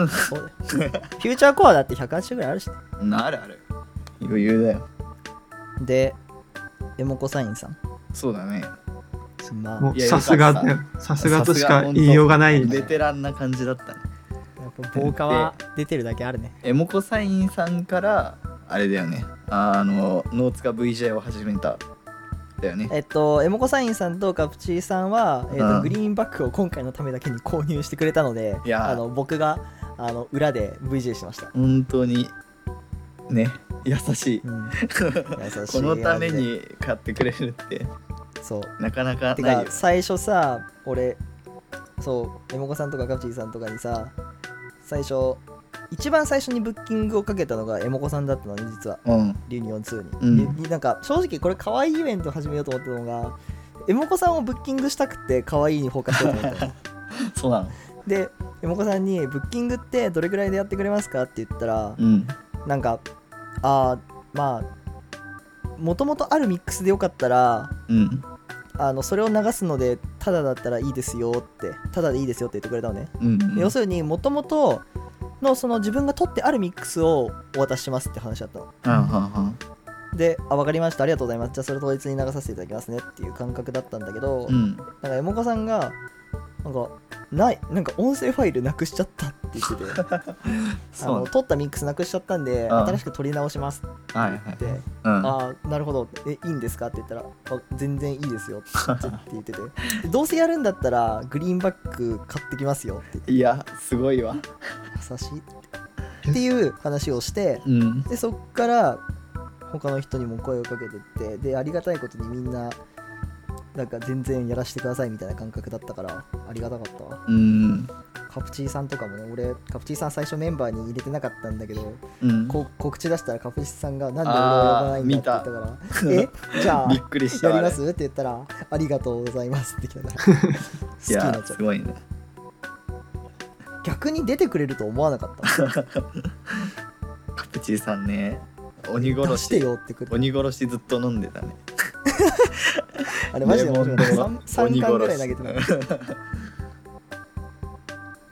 [SPEAKER 2] そうだよフューチャーコアだって180ぐらいあるしね
[SPEAKER 3] うんあるある余裕だよ
[SPEAKER 2] でエモコサインさん
[SPEAKER 3] そうだね
[SPEAKER 2] まあ
[SPEAKER 4] も
[SPEAKER 3] いうや
[SPEAKER 4] さすがだ
[SPEAKER 3] よ
[SPEAKER 4] よ。さすがとしか言いようがない。
[SPEAKER 3] ベテランな感じだったね
[SPEAKER 2] やっぱボーカは出てるだけあるね
[SPEAKER 3] エモコサインさんからあれだよねあのノーツカ VJ を始めただよね
[SPEAKER 2] えっと、エモコサインさんとカプチーさんは、えっ
[SPEAKER 3] う
[SPEAKER 2] と、
[SPEAKER 3] ん
[SPEAKER 2] グリーンバックを今回のためだけに購入してくれたので
[SPEAKER 3] いやー
[SPEAKER 2] あの僕があの裏で VJ してました、
[SPEAKER 3] 本当にね優しい
[SPEAKER 2] うん、優しい
[SPEAKER 3] このために買ってくれるって
[SPEAKER 2] そう
[SPEAKER 3] なかなか
[SPEAKER 2] て
[SPEAKER 3] ない
[SPEAKER 2] か
[SPEAKER 3] よ
[SPEAKER 2] 最初さ俺そうエモコさんとかカプチーさんとかにさ最初一番最初にブッキングをかけたのがエモコさんだったのね実は
[SPEAKER 3] うん
[SPEAKER 2] リュニオン2
[SPEAKER 3] うん
[SPEAKER 2] に、でなんか正直これ可愛いイベント始めようと思ったのがエモコさんをブッキングしたくて可愛いにフォーカスしようと思ったの
[SPEAKER 3] そうなの
[SPEAKER 2] で、エモコさんに、ブッキングってどれくらいでやってくれますかって言ったら
[SPEAKER 3] う、ん
[SPEAKER 2] なんか、あーまあ、もともとあるミックスでよかったら、
[SPEAKER 3] うん
[SPEAKER 2] あのそれを流すので、ただだったらいいですよって、ただでいいですよって言ってくれたのね。
[SPEAKER 3] うん
[SPEAKER 2] で要するに、もともとのその自分が取ってあるミックスをお渡ししますって話だったの。
[SPEAKER 3] うんうん
[SPEAKER 2] で、あ、わかりました、ありがとうございます。じゃあ、それ当日に流させていただきますねっていう感覚だったんだけど、
[SPEAKER 3] うんうん
[SPEAKER 2] なんかエモカさんがなんかないなんか音声ファイルなくしちゃったって言っててあ
[SPEAKER 3] そう
[SPEAKER 2] の撮ったミックスなくしちゃったんで
[SPEAKER 3] ああ
[SPEAKER 2] 新しく撮り直しますっ
[SPEAKER 3] はいはい
[SPEAKER 2] て
[SPEAKER 3] うん
[SPEAKER 2] ああなるほどえいいんですかって言ったらあ全然いいですよって 言っててでどうせやるんだったらグリーンバック買ってきますよって
[SPEAKER 3] いやすごいわ
[SPEAKER 2] 優しいっていう話をして
[SPEAKER 3] うん
[SPEAKER 2] でそっから他の人にも声をかけてってでありがたいことにみんななんか全然やらせてくださいみたいな感覚だったからありがたかったわ
[SPEAKER 3] うん
[SPEAKER 2] カプチーさんとかもね俺カプチーさん最初メンバーに入れてなかったんだけど、
[SPEAKER 3] うん
[SPEAKER 2] こ告知出したらカプチーさんが「なんで俺を呼ば
[SPEAKER 3] あ
[SPEAKER 2] な
[SPEAKER 3] ー
[SPEAKER 2] いんだ」って言ったから「えじゃあ
[SPEAKER 3] びっくりした
[SPEAKER 2] やり
[SPEAKER 3] あれ
[SPEAKER 2] ます?」って言ったら「ありがとうございます」って来たから好き
[SPEAKER 3] い
[SPEAKER 2] にな
[SPEAKER 3] や
[SPEAKER 2] っちゃ
[SPEAKER 3] す
[SPEAKER 2] う
[SPEAKER 3] ごいね
[SPEAKER 2] 逆に出てくれると思わなかった
[SPEAKER 3] カプチーさんね鬼
[SPEAKER 2] 出
[SPEAKER 3] 殺
[SPEAKER 2] して
[SPEAKER 3] し
[SPEAKER 2] よってくる
[SPEAKER 3] 鬼殺しずっと飲んでたね
[SPEAKER 2] あれマジで面白かった
[SPEAKER 3] レモン
[SPEAKER 2] 3, 三
[SPEAKER 3] 鬼
[SPEAKER 2] 巻
[SPEAKER 3] 殺し
[SPEAKER 2] ぐらい投げてたっ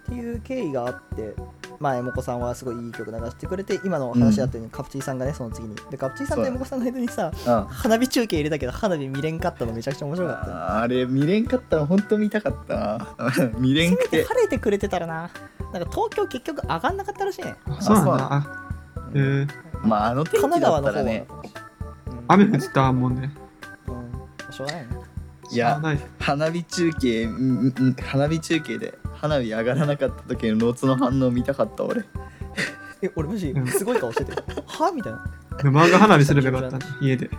[SPEAKER 2] ていう経緯があってまあエモコさんはすごいいい曲流してくれて今の話だったように、カプチーさんがねその次にでカプチーさんとエモコさんの間にさ
[SPEAKER 3] うん
[SPEAKER 2] 花火中継入れたけど花火見れんかったのめちゃくちゃ面白かったよ
[SPEAKER 3] あーあれ見れんかったら本当見たかったな 見れんく
[SPEAKER 2] 晴
[SPEAKER 3] て
[SPEAKER 2] 晴れてくれてたらななんか東京結局上がんなかったらしいね
[SPEAKER 4] あそうなんだ。
[SPEAKER 3] あ
[SPEAKER 4] あえー
[SPEAKER 3] まああの天
[SPEAKER 2] 神奈
[SPEAKER 3] 気だ
[SPEAKER 2] 川
[SPEAKER 3] っ
[SPEAKER 2] の
[SPEAKER 3] た
[SPEAKER 2] 方
[SPEAKER 3] ら
[SPEAKER 2] だ
[SPEAKER 3] ね
[SPEAKER 2] うん
[SPEAKER 4] 雨降ってたもんね。
[SPEAKER 2] うんしょうがないね
[SPEAKER 3] い
[SPEAKER 4] しゃあ
[SPEAKER 3] や
[SPEAKER 4] ない。
[SPEAKER 3] 花火中継うんうん花火中継で花火上がらなかった時のノーツの反応見たかった俺
[SPEAKER 2] え俺マジ
[SPEAKER 4] うん
[SPEAKER 2] すごい顔してて はみたいな
[SPEAKER 4] 沼が花火すればよ かったね、家で。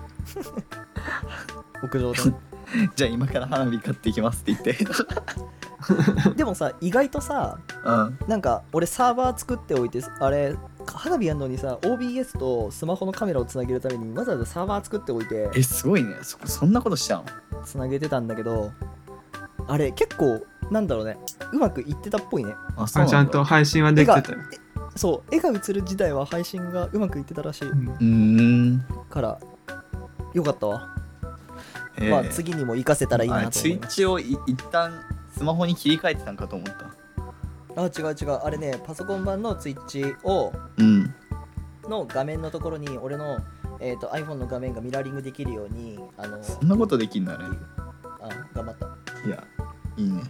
[SPEAKER 2] 屋上で
[SPEAKER 3] じゃあ今から花火買っていきますって言って
[SPEAKER 2] でもさ意外とさ
[SPEAKER 3] うん
[SPEAKER 2] なんか俺サーバー作っておいてあれ花火やんのにさ OBS とスマホのカメラをつなげるためにわざわざサーバー作っておいて
[SPEAKER 3] えすごいねそそんなことしちゃうの
[SPEAKER 2] つなげてたんだけどあれ結構なんだろうねうまくいってたっぽいね
[SPEAKER 3] あそうな
[SPEAKER 4] あ
[SPEAKER 3] ん
[SPEAKER 4] ち
[SPEAKER 3] だ
[SPEAKER 4] ゃんと配信はできてたよ。
[SPEAKER 2] そう絵が映る時代は配信がうまくいってたらしい
[SPEAKER 4] うん
[SPEAKER 3] うーん、
[SPEAKER 2] からよかったわ、
[SPEAKER 3] えー
[SPEAKER 2] まあ次にも活かせたらいいな
[SPEAKER 3] あ
[SPEAKER 2] と
[SPEAKER 3] ツイ
[SPEAKER 2] 思い
[SPEAKER 3] ッ
[SPEAKER 2] ます
[SPEAKER 3] チをい一旦スマホに切り替えてたんかと思った
[SPEAKER 2] あ違う違うあれねパソコン版のツイッチを
[SPEAKER 3] うん
[SPEAKER 2] の画面のところに俺の、えー、と iPhone の画面がミラーリングできるようにあの
[SPEAKER 3] そんなことできんだね
[SPEAKER 2] あ頑張ったっ
[SPEAKER 3] いやいいね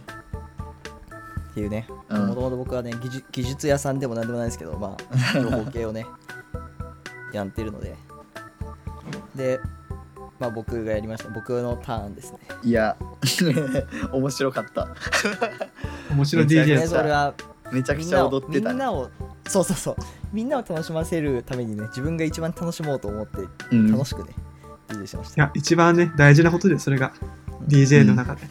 [SPEAKER 2] ていうね
[SPEAKER 3] う
[SPEAKER 2] も
[SPEAKER 3] ん
[SPEAKER 2] ともと僕はね技術技術屋さんでもなんでもないですけどま あ情報系をねやってるのででまあ僕がやりました僕のターンですね
[SPEAKER 3] いや 面白かった
[SPEAKER 4] 面白い
[SPEAKER 3] めち
[SPEAKER 2] と
[SPEAKER 3] ゃくちやゃ
[SPEAKER 4] DJ
[SPEAKER 2] りあえ
[SPEAKER 4] です
[SPEAKER 2] ず。俺は
[SPEAKER 3] めちゃく
[SPEAKER 2] みん
[SPEAKER 3] ち
[SPEAKER 2] な
[SPEAKER 3] ゃ
[SPEAKER 2] を
[SPEAKER 3] 踊っ
[SPEAKER 2] み
[SPEAKER 3] てた
[SPEAKER 2] ん
[SPEAKER 3] ね
[SPEAKER 2] なをそうそうそうみんなを楽しませるためにね自分が一番楽しもうと思って
[SPEAKER 3] うん
[SPEAKER 2] 楽しくね、DJ しまし
[SPEAKER 4] い
[SPEAKER 2] た
[SPEAKER 4] や、一番ね、大事なことで、それが。DJ の中で。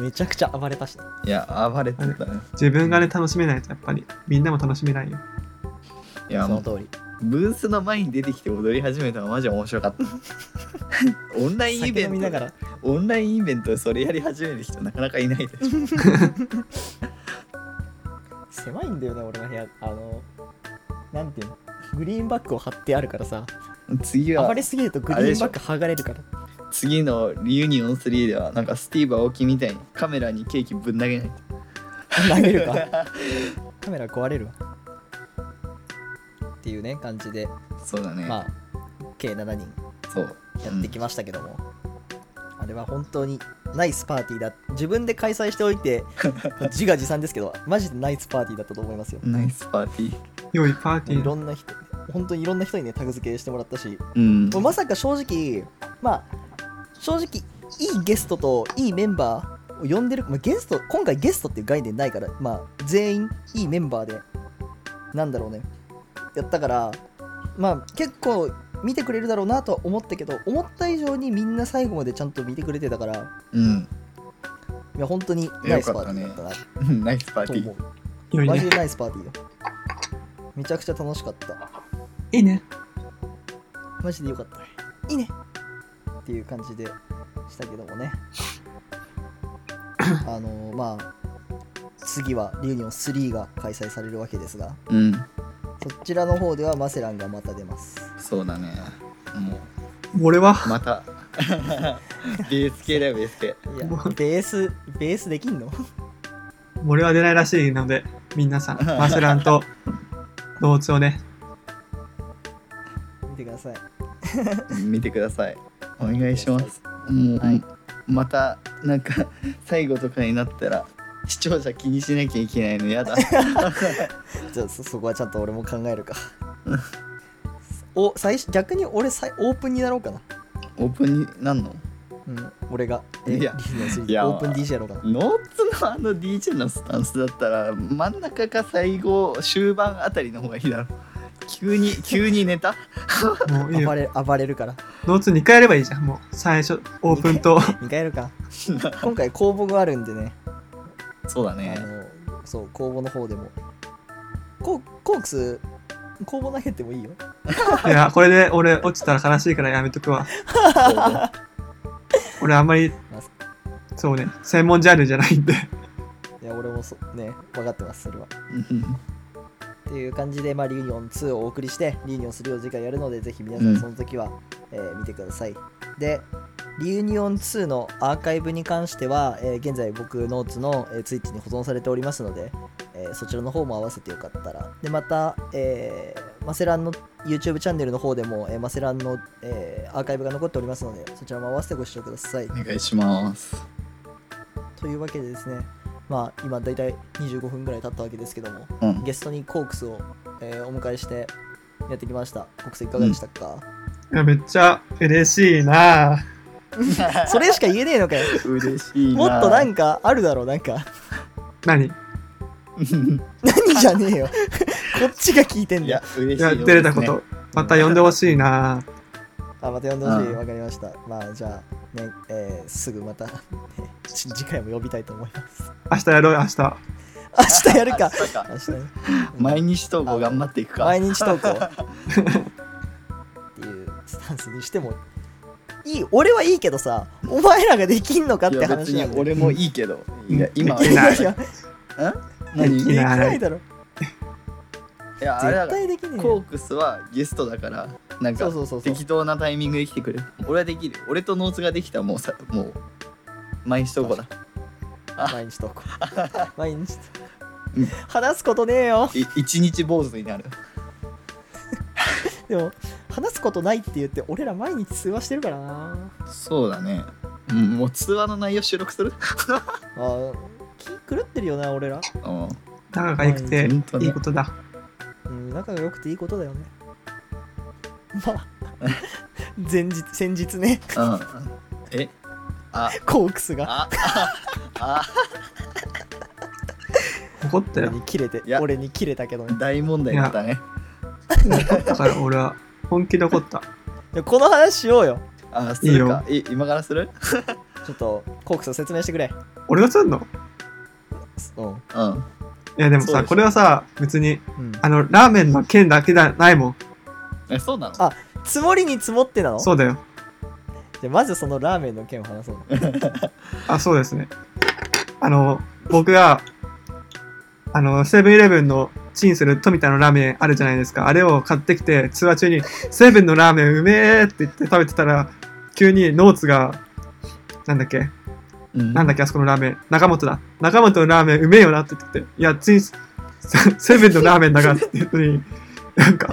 [SPEAKER 2] めちゃくちゃ暴れたしね
[SPEAKER 3] いや暴れてたね
[SPEAKER 4] 自分がね、楽しめないと、やっぱり、みんなも楽しめないよ。
[SPEAKER 3] いや
[SPEAKER 2] そ
[SPEAKER 3] も
[SPEAKER 2] の
[SPEAKER 3] う
[SPEAKER 2] 通り
[SPEAKER 3] ブースの前に出てきて踊り始めたのマジ面白かった オンラインイ
[SPEAKER 2] 酒
[SPEAKER 3] ベ
[SPEAKER 2] 飲み
[SPEAKER 3] ン
[SPEAKER 2] な
[SPEAKER 3] ト
[SPEAKER 2] がら
[SPEAKER 3] オンラインイベントでそれやり始める人なかなかいないでしょ
[SPEAKER 2] 狭いんだよね俺の部屋あのなんていうのグリーンバックを貼ってあるからさ
[SPEAKER 3] 次は
[SPEAKER 2] 暴れすぎるとグリーンバック剥がれるから
[SPEAKER 3] 次のリユニオン3ではなんかスティーブ・アオキみたいにカメラにケーキぶん投げない
[SPEAKER 2] 投げるかカメラ壊れるわっていうね感じで
[SPEAKER 3] そうだね、
[SPEAKER 2] まあ計7人
[SPEAKER 3] そう
[SPEAKER 2] やってきましたけども、あれは本当にナイスパーティーだ自分で開催しておい て自画自賛ですけどマジでナイスパーティーだったと思いますよ、
[SPEAKER 3] ナイスパーティー
[SPEAKER 4] 良いパーティ
[SPEAKER 2] い
[SPEAKER 4] ーの
[SPEAKER 2] ろんな人本当にいろんな人にねタグ付けしてもらったし
[SPEAKER 3] うん
[SPEAKER 2] もうまさか正直まあ正直いいゲストといいメンバーを呼んでる、まあ、ゲスト今回ゲストっていう概念ないから、まあ、全員いいメンバーでなんだろうねやったからまあ結構見てくれるだろうなとは思ったけど思った以上にみんな最後までちゃんと見てくれてたから
[SPEAKER 3] うん
[SPEAKER 2] いや本当にナイスパーティーだったな
[SPEAKER 3] うんナイスパーテ
[SPEAKER 2] と
[SPEAKER 3] ィ
[SPEAKER 2] 思う、
[SPEAKER 3] ー
[SPEAKER 4] 良い
[SPEAKER 2] マジ
[SPEAKER 4] ね。
[SPEAKER 2] でナイスパーティーよめちゃくちゃ楽しかった
[SPEAKER 4] いいね。
[SPEAKER 2] マジでよかったいいねっていう感じでしたけどもね あのまあ次はリューニオン3が開催されるわけですが
[SPEAKER 3] うん
[SPEAKER 2] そちらの方ではマセランがまた出ます
[SPEAKER 3] そうだねも
[SPEAKER 4] 俺は、
[SPEAKER 3] うまたベース系だよベース系
[SPEAKER 2] いやベースベースできんの
[SPEAKER 4] 俺は出ないらしいので、皆さん、マセラン と、同調ね。
[SPEAKER 2] 見てください
[SPEAKER 3] 見てくださいお願いしますもう、
[SPEAKER 2] はい
[SPEAKER 3] またなんか最後とかになったら視聴者気にしなきゃいけないの やだ
[SPEAKER 2] じゃあそそこはちゃんと俺も考えるかお最初逆に俺さいオープンになろうかな、
[SPEAKER 3] オープンになんの
[SPEAKER 2] うん、俺がえ
[SPEAKER 3] いや
[SPEAKER 2] リューニオン3
[SPEAKER 3] いや
[SPEAKER 2] オープン DJ やろうかな
[SPEAKER 3] ノーツのあの DJ のスタンスだったら真ん中か最後終盤あたりの方がいいだろ急 に急にネタ
[SPEAKER 4] もういい
[SPEAKER 2] 暴
[SPEAKER 4] よ。
[SPEAKER 2] れ暴れる から
[SPEAKER 4] ノーツ2回やればいいじゃん。もう、最初、オープンと、
[SPEAKER 2] 2回やるか今回公募があるんでね
[SPEAKER 3] そうだ
[SPEAKER 2] あのそう公募の方でもココークス公募投げてもいいよ
[SPEAKER 4] いや、これで俺落ちたら悲しいからやめとく わ。俺あんまり
[SPEAKER 2] まあ、
[SPEAKER 4] そうね、専門ジャンルじゃないんで。
[SPEAKER 2] いや俺もそね分かってますそれはっていう感じで、まあ、リユニオン2をお送りしてリユニオン3を次回やるのでぜひ皆さ
[SPEAKER 3] うんん
[SPEAKER 2] その時は、えー見てくださいでリユニオン2のアーカイブに関しては、えー現在僕ノーツの、えー、ツイッチに保存されておりますので、えーそちらの方も合わせてよかったらでまた、えーマセランの YouTube チャンネルの方でも、えーマセランの、えーアーカイブが残っておりますのでそちらも合わせてご視聴ください
[SPEAKER 3] お願いします
[SPEAKER 2] というわけでですねまあ今大体25分ぐらい経ったわけですけども
[SPEAKER 3] うん
[SPEAKER 2] ゲストにコークスを、えーお迎えしてやってきました。コークスいかがでしたか、
[SPEAKER 4] いや、めっちゃ嬉しいなぁ。
[SPEAKER 2] それしか言えねえのかよ。
[SPEAKER 3] 嬉しいな
[SPEAKER 2] もっとなんかあるだろう、なんか。
[SPEAKER 4] 何い
[SPEAKER 2] 何じゃねえよ。こっちが聞いてん
[SPEAKER 3] い
[SPEAKER 2] だよ
[SPEAKER 3] や。嬉しい
[SPEAKER 4] や、
[SPEAKER 3] よ
[SPEAKER 4] 出れたこと、また呼んでほしいなぁ。
[SPEAKER 2] あ、また呼んでほしい。
[SPEAKER 3] うん
[SPEAKER 2] わかりました。まあ、じゃあ、ね、えーすぐまた、ち次回も呼びたいと思います。
[SPEAKER 4] 明日やろうよ、明日。
[SPEAKER 2] 明日やるか。
[SPEAKER 3] 明日か
[SPEAKER 2] 明日ね、
[SPEAKER 3] 毎日投稿頑張っていくか
[SPEAKER 2] 毎日投稿。っていうスタンスにしても、いい、俺はいいけどさ、お前らができんのかっ
[SPEAKER 3] い
[SPEAKER 2] て
[SPEAKER 3] や別
[SPEAKER 2] 話
[SPEAKER 3] に
[SPEAKER 2] なんだよ
[SPEAKER 3] 俺もいいけど、
[SPEAKER 4] うん
[SPEAKER 3] いや今
[SPEAKER 4] できない
[SPEAKER 2] いやいや
[SPEAKER 3] 何
[SPEAKER 4] でき
[SPEAKER 3] い
[SPEAKER 4] ない
[SPEAKER 2] ないだろ。
[SPEAKER 3] やあれだ
[SPEAKER 2] 絶
[SPEAKER 3] か
[SPEAKER 2] 対
[SPEAKER 3] ら
[SPEAKER 2] できねえ
[SPEAKER 3] コ
[SPEAKER 2] よ。
[SPEAKER 3] ークスはゲストだからなん
[SPEAKER 2] そ
[SPEAKER 3] か
[SPEAKER 2] うそうそうそう。
[SPEAKER 3] 適当なタイミングで来てくれ俺はできる俺とノーツができたらもうさもう毎日投稿だ
[SPEAKER 2] 毎日投稿。毎日
[SPEAKER 3] うん。
[SPEAKER 2] 話すことねえよ。
[SPEAKER 3] い一日坊主になる
[SPEAKER 2] でも、話すことないって言って、俺ら毎日通話してるからな。
[SPEAKER 3] そうだねうんもう通話の内容収 録する
[SPEAKER 2] あ気狂ってるよな、俺ら。
[SPEAKER 3] うん
[SPEAKER 4] 仲が良くて
[SPEAKER 3] うん本当、ね
[SPEAKER 4] いいことだ。
[SPEAKER 2] うん、仲が良くていいことだよね。まあ、前日、先日ね、
[SPEAKER 3] うんえあ
[SPEAKER 2] コークスが
[SPEAKER 3] ああ
[SPEAKER 4] 怒った
[SPEAKER 2] 俺
[SPEAKER 4] よ。
[SPEAKER 2] に切れて
[SPEAKER 3] い、や
[SPEAKER 2] 俺に切れたけどね。
[SPEAKER 3] 大問題だったね
[SPEAKER 4] だから俺は本気で怒った。
[SPEAKER 2] でもこの話しようよ。
[SPEAKER 3] あするかい今からする
[SPEAKER 2] ちょっと、コークスを説明してくれ。
[SPEAKER 4] 俺がすんの
[SPEAKER 2] うん。
[SPEAKER 3] うん
[SPEAKER 4] いやでも
[SPEAKER 3] そうで
[SPEAKER 4] さ、
[SPEAKER 3] しょ
[SPEAKER 4] これはさ、別に、
[SPEAKER 2] うん、
[SPEAKER 4] あの、ラーメンの件だけじゃないもん。
[SPEAKER 3] えそうなの
[SPEAKER 2] あ積もりに積もってなの
[SPEAKER 4] そうだよ。
[SPEAKER 2] じゃあまずそのラーメンの件を話そう。
[SPEAKER 4] あ、そうですね。あの、僕が、あの、セブンイレブンのチンする富田のラーメンあるじゃないですか。あれを買ってきて、通話中に、セブンのラーメンうめえって言って食べてたら、急にノーツが、なんだっけ
[SPEAKER 3] うん
[SPEAKER 4] なんだっけあそこのラーメン。中本だ。中本のラーメンうめえよなって言ってて、いや、チンス、セブンのラーメンだからって言うのに、なんか、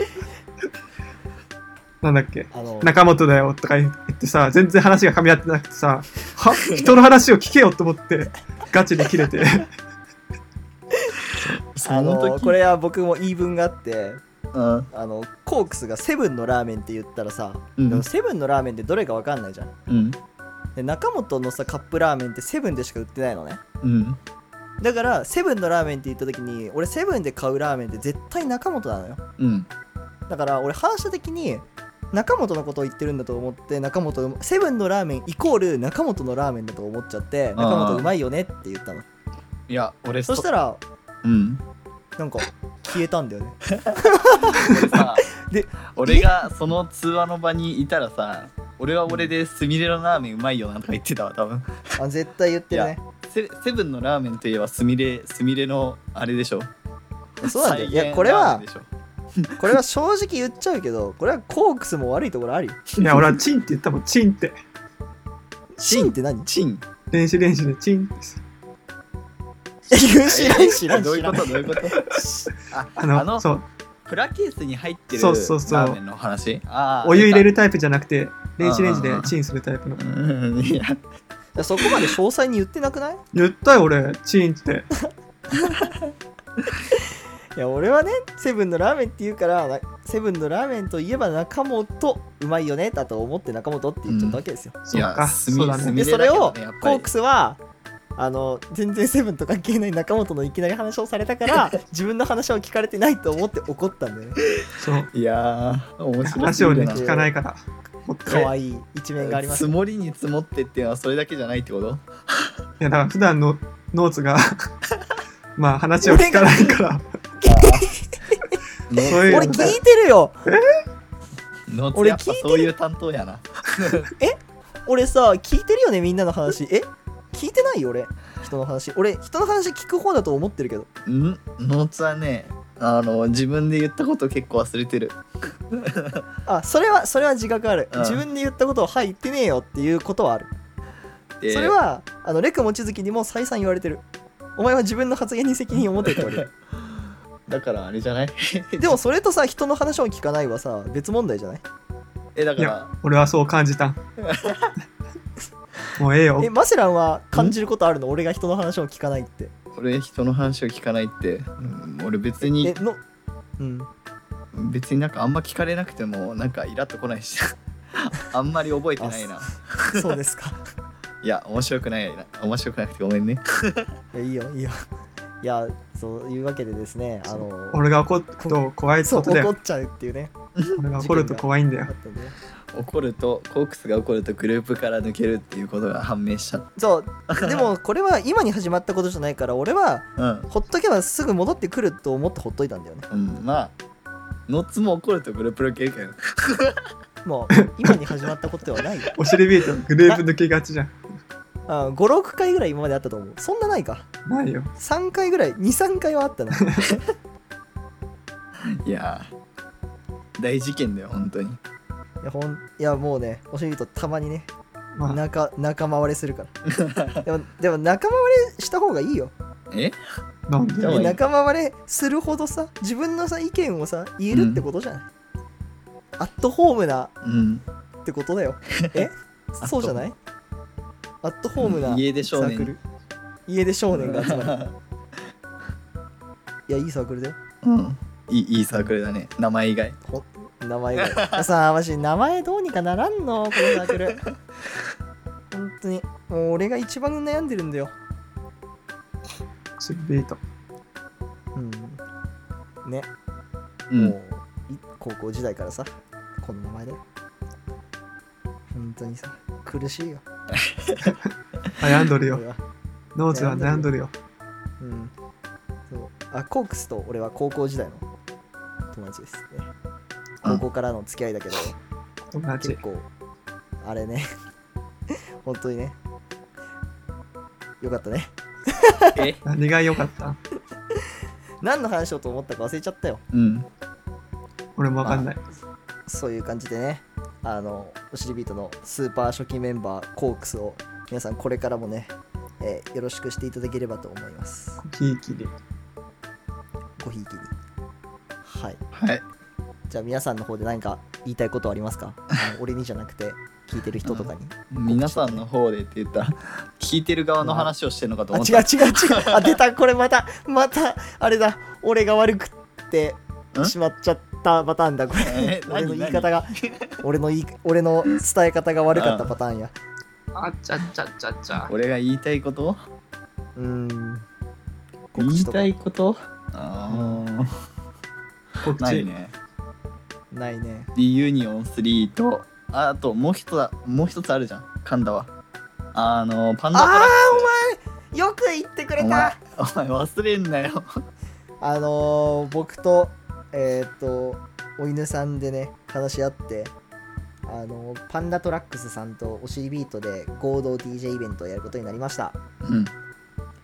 [SPEAKER 4] なんだっけ
[SPEAKER 2] あの、
[SPEAKER 4] 中本だよとか言ってさ、全然話が噛み合ってなくてさ、は人の話を聞けよと思って、ガチで切れて。
[SPEAKER 2] あ
[SPEAKER 3] その
[SPEAKER 2] の
[SPEAKER 3] 時
[SPEAKER 2] これは僕も言い分があって、
[SPEAKER 3] うん
[SPEAKER 2] あの、コークスがセブンのラーメンって言ったらさ、
[SPEAKER 3] うん
[SPEAKER 2] でもセブンのラーメンってどれかわかんないじゃん。
[SPEAKER 3] うん
[SPEAKER 2] で中本のさカップラーメンってセブンでしか売ってないのね
[SPEAKER 3] うん
[SPEAKER 2] だからセブンのラーメンって言った時に俺セブンで買うラーメンって絶対中本なのよ
[SPEAKER 3] うん
[SPEAKER 2] だから俺反射的に中本のことを言ってるんだと思って中本セブンのラーメンイコール中本のラーメンだと思っちゃって中本うまいよねって言ったの
[SPEAKER 3] いや俺
[SPEAKER 2] そした
[SPEAKER 3] ら
[SPEAKER 2] ら
[SPEAKER 3] うん
[SPEAKER 2] なんか消えたんだよね
[SPEAKER 3] 俺さ
[SPEAKER 2] で
[SPEAKER 3] 俺がその通話の場にいたらさ俺は俺でスミレのラーメンうまいよなとか言ってたわ多分
[SPEAKER 2] あ絶対言ってるね
[SPEAKER 3] セセブンのラーメンといえばスミレスミレのあれでしょ
[SPEAKER 2] そうなんだよいやこれはこれは正直言っちゃうけどこれはコークスも悪いところあるよ
[SPEAKER 4] いや、俺はチンって言ったもん、チンって。
[SPEAKER 2] シンって何
[SPEAKER 3] チン
[SPEAKER 4] 練習練習でチンってさ。
[SPEAKER 2] 言う知らん知らん
[SPEAKER 3] どうい
[SPEAKER 2] 知
[SPEAKER 3] う
[SPEAKER 2] ら
[SPEAKER 3] こ
[SPEAKER 2] ん
[SPEAKER 3] とどういうことあ
[SPEAKER 4] あの、
[SPEAKER 3] あの
[SPEAKER 4] そう、
[SPEAKER 3] プラケースに入ってる
[SPEAKER 4] そ
[SPEAKER 3] ラ
[SPEAKER 4] うそうそう
[SPEAKER 3] ーメンの話あー
[SPEAKER 4] お湯入れ
[SPEAKER 3] 出
[SPEAKER 4] るタイプじゃなくて、練習練習で
[SPEAKER 3] うんうんうん
[SPEAKER 4] チンするタイプの。
[SPEAKER 3] たうんいや
[SPEAKER 2] そこまで詳細に言ってなくない
[SPEAKER 4] 言ったよ、俺、チンって。
[SPEAKER 2] いや俺はねセブンのラーメンって言うからなセブンのラーメンといえば中本うまいよねだと思って中本って言っちゃったわけですよ、
[SPEAKER 3] い
[SPEAKER 4] そう
[SPEAKER 3] や
[SPEAKER 4] か、
[SPEAKER 3] スミ
[SPEAKER 4] そうだ
[SPEAKER 3] スミ
[SPEAKER 4] ね。
[SPEAKER 2] でそれ
[SPEAKER 3] レだけど
[SPEAKER 2] を
[SPEAKER 3] ねやっぱ
[SPEAKER 2] コ
[SPEAKER 3] り
[SPEAKER 2] ークスはあの全然セブンと関係ない中本のいきなり話をされたから 自分の話を聞かれてないと思って怒ったんだよね
[SPEAKER 4] そう。
[SPEAKER 3] いやー面白す
[SPEAKER 4] 話
[SPEAKER 3] ぎ
[SPEAKER 4] を
[SPEAKER 3] る
[SPEAKER 4] ね、
[SPEAKER 3] な
[SPEAKER 4] 聞かないから。もっと。い
[SPEAKER 2] 可愛い一面があります
[SPEAKER 3] 積もりに積もってっていうのはそれだけじゃないってこと
[SPEAKER 4] や、だから普段のノーツが、まあ話を聞かないから、そういう
[SPEAKER 2] 俺聞いてるよ
[SPEAKER 3] の
[SPEAKER 2] 俺
[SPEAKER 3] 俺
[SPEAKER 2] 聞いてる
[SPEAKER 3] そういう担当やな
[SPEAKER 2] 俺さ聞いてるよねみんなの話え聞いてないよ俺人の話俺人の話聞く方だと思ってるけど
[SPEAKER 3] んノーツはねあの自分で言ったこと結構忘れてる
[SPEAKER 2] あそれはそれは自覚ある、
[SPEAKER 3] うん
[SPEAKER 2] 自分で言ったことを「はい言ってねえよ」っていうことはある
[SPEAKER 3] で
[SPEAKER 2] それはあのレク望月にも再三言われてるお前は自分の発言に責任を持てって言われる
[SPEAKER 3] だからあれじゃない
[SPEAKER 2] でもそれとさ人の話を聞かないはさ別問題じゃない
[SPEAKER 3] えだから
[SPEAKER 4] や、俺はそう感じた。もうええよ
[SPEAKER 2] え。マセランは感じることあるの俺が人の話を聞かないって
[SPEAKER 3] 俺人の話を聞かないって、うん俺別
[SPEAKER 2] え
[SPEAKER 3] に
[SPEAKER 2] のうん
[SPEAKER 3] 別になんかあんま聞かれなくてもなんかイラっとこないし あんまり覚えてないな
[SPEAKER 2] そうですか
[SPEAKER 3] いや面白くないな面白くなくてごめんね
[SPEAKER 2] いやいいよいいよいやそういうわけでですねあの
[SPEAKER 4] 俺が怒ると怖いって
[SPEAKER 2] そう
[SPEAKER 4] ことだ
[SPEAKER 2] 怒
[SPEAKER 4] よ。
[SPEAKER 2] っちゃうっていうね
[SPEAKER 4] 俺が怒ると怖いんだ
[SPEAKER 2] あ
[SPEAKER 4] よ
[SPEAKER 2] っ。たんでね
[SPEAKER 3] 起こるとコークスが起こるとグループから抜けるっていうことが判明した
[SPEAKER 2] そうでもこれは今に始まったことじゃないから俺は
[SPEAKER 3] うん、
[SPEAKER 2] ほっとけばすぐ戻ってくると思ってほっといたんだよね
[SPEAKER 3] うん、まあノッツも起こるとグループ抜けるけど
[SPEAKER 2] も う今に始まったことではない
[SPEAKER 4] お尻ビートグループ抜けがちじゃん。
[SPEAKER 2] 56回ぐらい今まであったと思うそんなないか
[SPEAKER 4] ないよ。
[SPEAKER 2] 3回ぐらい23回はあった な
[SPEAKER 3] いやー大事件だよ本当に
[SPEAKER 2] いやほんいやもうねお尻とたまにね
[SPEAKER 4] まあ、
[SPEAKER 2] 仲仲間割れするから でもでも仲間割れした方がいいよ
[SPEAKER 3] え
[SPEAKER 4] なんで
[SPEAKER 3] でも
[SPEAKER 2] で仲間割れするほどさ自分のさ意見をさ言えるってことじゃない、アットホームな
[SPEAKER 3] うん
[SPEAKER 2] ってこと だよえそうじゃないアットホームな
[SPEAKER 3] 家で
[SPEAKER 2] サ
[SPEAKER 3] 少
[SPEAKER 2] ーク
[SPEAKER 3] 年
[SPEAKER 2] ル家で少年が集まるいやいいサークルだよ
[SPEAKER 3] うんいいいいサークルだね名前以外
[SPEAKER 2] ほ名前がさあマジ名前どうにかならんのこのサークル本当にもう俺が一番悩んでるんだよ
[SPEAKER 4] お尻ビート。
[SPEAKER 2] うんね、
[SPEAKER 3] う
[SPEAKER 2] も
[SPEAKER 3] ん
[SPEAKER 2] うい高校時代からさこの名前だよ本当にさ苦しいよ
[SPEAKER 4] 悩んどるよ
[SPEAKER 2] 俺。は
[SPEAKER 4] ノーズは悩んどるよ。
[SPEAKER 2] うんそうあコークスと俺は高校時代の友達ですね
[SPEAKER 3] う
[SPEAKER 2] 高
[SPEAKER 3] ん
[SPEAKER 2] 校からの付き合いだけど、
[SPEAKER 4] 友達
[SPEAKER 2] 結。構あれね 本当にねよかったね
[SPEAKER 3] え
[SPEAKER 4] 何が良かった
[SPEAKER 2] 何の話をと思ったか忘れちゃったよ
[SPEAKER 3] うん
[SPEAKER 4] 俺もわかんない。
[SPEAKER 2] そういう感じでねあのおしりビートのスーパー初期メンバーコークスを皆さんこれからもね、えーよろしくしていただければと思います
[SPEAKER 4] キーキリ。
[SPEAKER 2] ごひいきにはい
[SPEAKER 3] はい
[SPEAKER 2] じゃあ皆さんの方で何か言いたいことはありますかあの俺にじゃなくて聞いてる人とかに
[SPEAKER 3] 皆さんの方でって言ったら聞いてる側の話をしてるのかと
[SPEAKER 2] あ
[SPEAKER 3] 思っ
[SPEAKER 2] 違う
[SPEAKER 3] た
[SPEAKER 2] 違う違うあ出たこれまたまたあれだ俺が悪くって
[SPEAKER 3] ん
[SPEAKER 2] しまっちゃったパターンだこれ
[SPEAKER 3] え
[SPEAKER 2] 俺の
[SPEAKER 3] 何
[SPEAKER 2] 言い方が俺の言い俺の伝え方が悪かったパターンや
[SPEAKER 4] あちゃちゃちゃちゃ。
[SPEAKER 3] 俺が言いたいこと
[SPEAKER 2] うーん
[SPEAKER 3] 言
[SPEAKER 2] 告知
[SPEAKER 3] い
[SPEAKER 2] とか
[SPEAKER 3] たいことああ
[SPEAKER 4] こっち。
[SPEAKER 3] ないね
[SPEAKER 2] ないね
[SPEAKER 3] でユニオン3とああともう一つだもう一つあるじゃん噛んだわあのパンダ
[SPEAKER 2] あ
[SPEAKER 3] あ
[SPEAKER 2] よく言ってくれ
[SPEAKER 3] お前
[SPEAKER 2] た
[SPEAKER 3] お前忘れんなよ
[SPEAKER 2] あのー、僕とえーっ、とお犬さんでね話し合ってあのーパンダトラックスさんとおしりビートで合同 DJ イベントをやることになりました
[SPEAKER 3] うん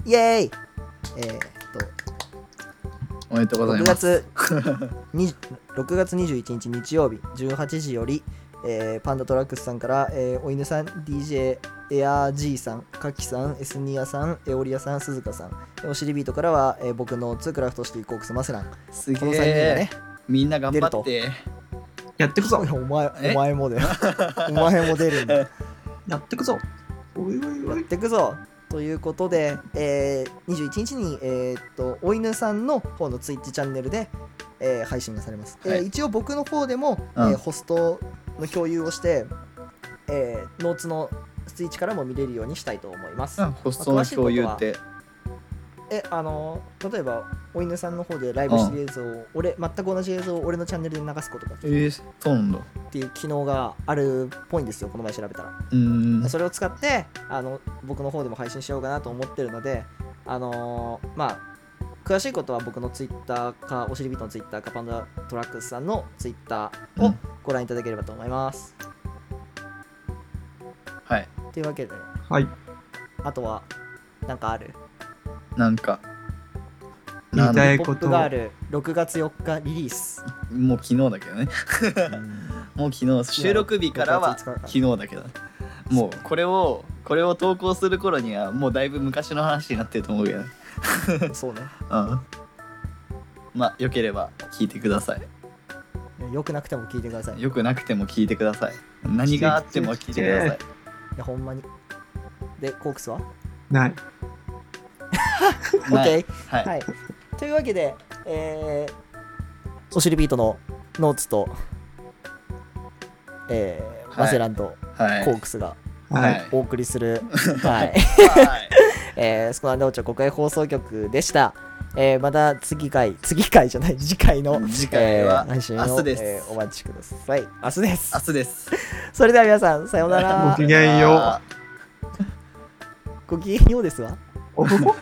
[SPEAKER 2] イエーイえーっと
[SPEAKER 3] おめでとうござい
[SPEAKER 2] 6
[SPEAKER 3] ます
[SPEAKER 2] 月に6月21日日曜日18時より、えーパンダトラックスさんから、えーお犬さん DJ エアー G さん、カキさん、エスニアさん、エオリアさん、鈴鹿さん、えーおしりビートからは、えー僕のツークラフトシティコークスマスラン、
[SPEAKER 3] す
[SPEAKER 2] こ
[SPEAKER 3] げ
[SPEAKER 2] の3人が
[SPEAKER 3] え
[SPEAKER 2] ね、
[SPEAKER 3] みんな頑張って
[SPEAKER 4] やってくぞ。
[SPEAKER 2] お前
[SPEAKER 3] え
[SPEAKER 2] お前もだよ。お前も出るんだ。や
[SPEAKER 4] やってくぞ。おいおいお
[SPEAKER 2] っ
[SPEAKER 4] い。
[SPEAKER 2] てくぞということで、えー、21日に、えーっとお犬さんの方のツイッチチャンネルで、えー配信がされます、
[SPEAKER 3] は
[SPEAKER 2] えー
[SPEAKER 3] い
[SPEAKER 2] 一応僕の方でも、
[SPEAKER 3] うん
[SPEAKER 2] えーホストの共有をして、えーノーツのツイッチからも見れるようにしたいと思います、
[SPEAKER 3] うんホストの共有って
[SPEAKER 2] えあの例えばお犬さんの方でライブしてる映像を、俺全く同じ映像を俺のチャンネルで流すことができ
[SPEAKER 3] え
[SPEAKER 2] る
[SPEAKER 3] ー、そうなんだ
[SPEAKER 2] っていう機能があるっぽいんですよこの前調べたら
[SPEAKER 3] うーん
[SPEAKER 2] それを使ってあの僕の方でも配信しようかなと思ってるので、あのーまあ、詳しいことは僕のツイッターか、おしりビートのツイッターか、パンダトラックスさんのツイッター
[SPEAKER 3] う
[SPEAKER 2] を
[SPEAKER 3] ん
[SPEAKER 2] ご覧いただければと思います。
[SPEAKER 3] はい
[SPEAKER 2] というわけで、
[SPEAKER 4] はい。
[SPEAKER 2] あとは、なんかある。
[SPEAKER 3] なんか
[SPEAKER 4] 言い
[SPEAKER 3] な
[SPEAKER 4] た
[SPEAKER 3] ん
[SPEAKER 4] い
[SPEAKER 2] ポ
[SPEAKER 4] こ
[SPEAKER 2] ッ
[SPEAKER 4] と
[SPEAKER 2] プ
[SPEAKER 4] を
[SPEAKER 2] ガール6月4日リリース。
[SPEAKER 3] もう昨日だけどねもう昨日収録日からは昨日だけどねもうこれをこれを投稿する頃にはもうだいぶ昔の話になってると思うけどね
[SPEAKER 2] そうね。
[SPEAKER 3] うんまあよければ聞いてください
[SPEAKER 2] よくなくても聞いてください。い
[SPEAKER 3] よくなくても聞いてください何があっても 聞いてください
[SPEAKER 2] や、ほんまに。で、コークスは
[SPEAKER 4] ない。
[SPEAKER 3] はい
[SPEAKER 2] ?OK。
[SPEAKER 3] はい、
[SPEAKER 2] はい。というわけで、えー、おしりビートのノーツと、えー
[SPEAKER 3] はい
[SPEAKER 2] マセランと
[SPEAKER 3] はい
[SPEAKER 2] コークスが
[SPEAKER 3] は
[SPEAKER 4] はいい。
[SPEAKER 2] お送りする、はい、
[SPEAKER 3] はい
[SPEAKER 2] えー、スコナンダオチョ国会放送局でした。えー、また次回、次回じゃない、次回の
[SPEAKER 3] 次回は
[SPEAKER 2] えー配信を
[SPEAKER 3] 明日です
[SPEAKER 2] えーお待ちください。明日です。
[SPEAKER 3] 明日です
[SPEAKER 2] それでは皆さん、さような
[SPEAKER 4] ご
[SPEAKER 2] ら
[SPEAKER 4] き。げんよ
[SPEAKER 2] ごきげんようですわ。
[SPEAKER 4] う。おほほ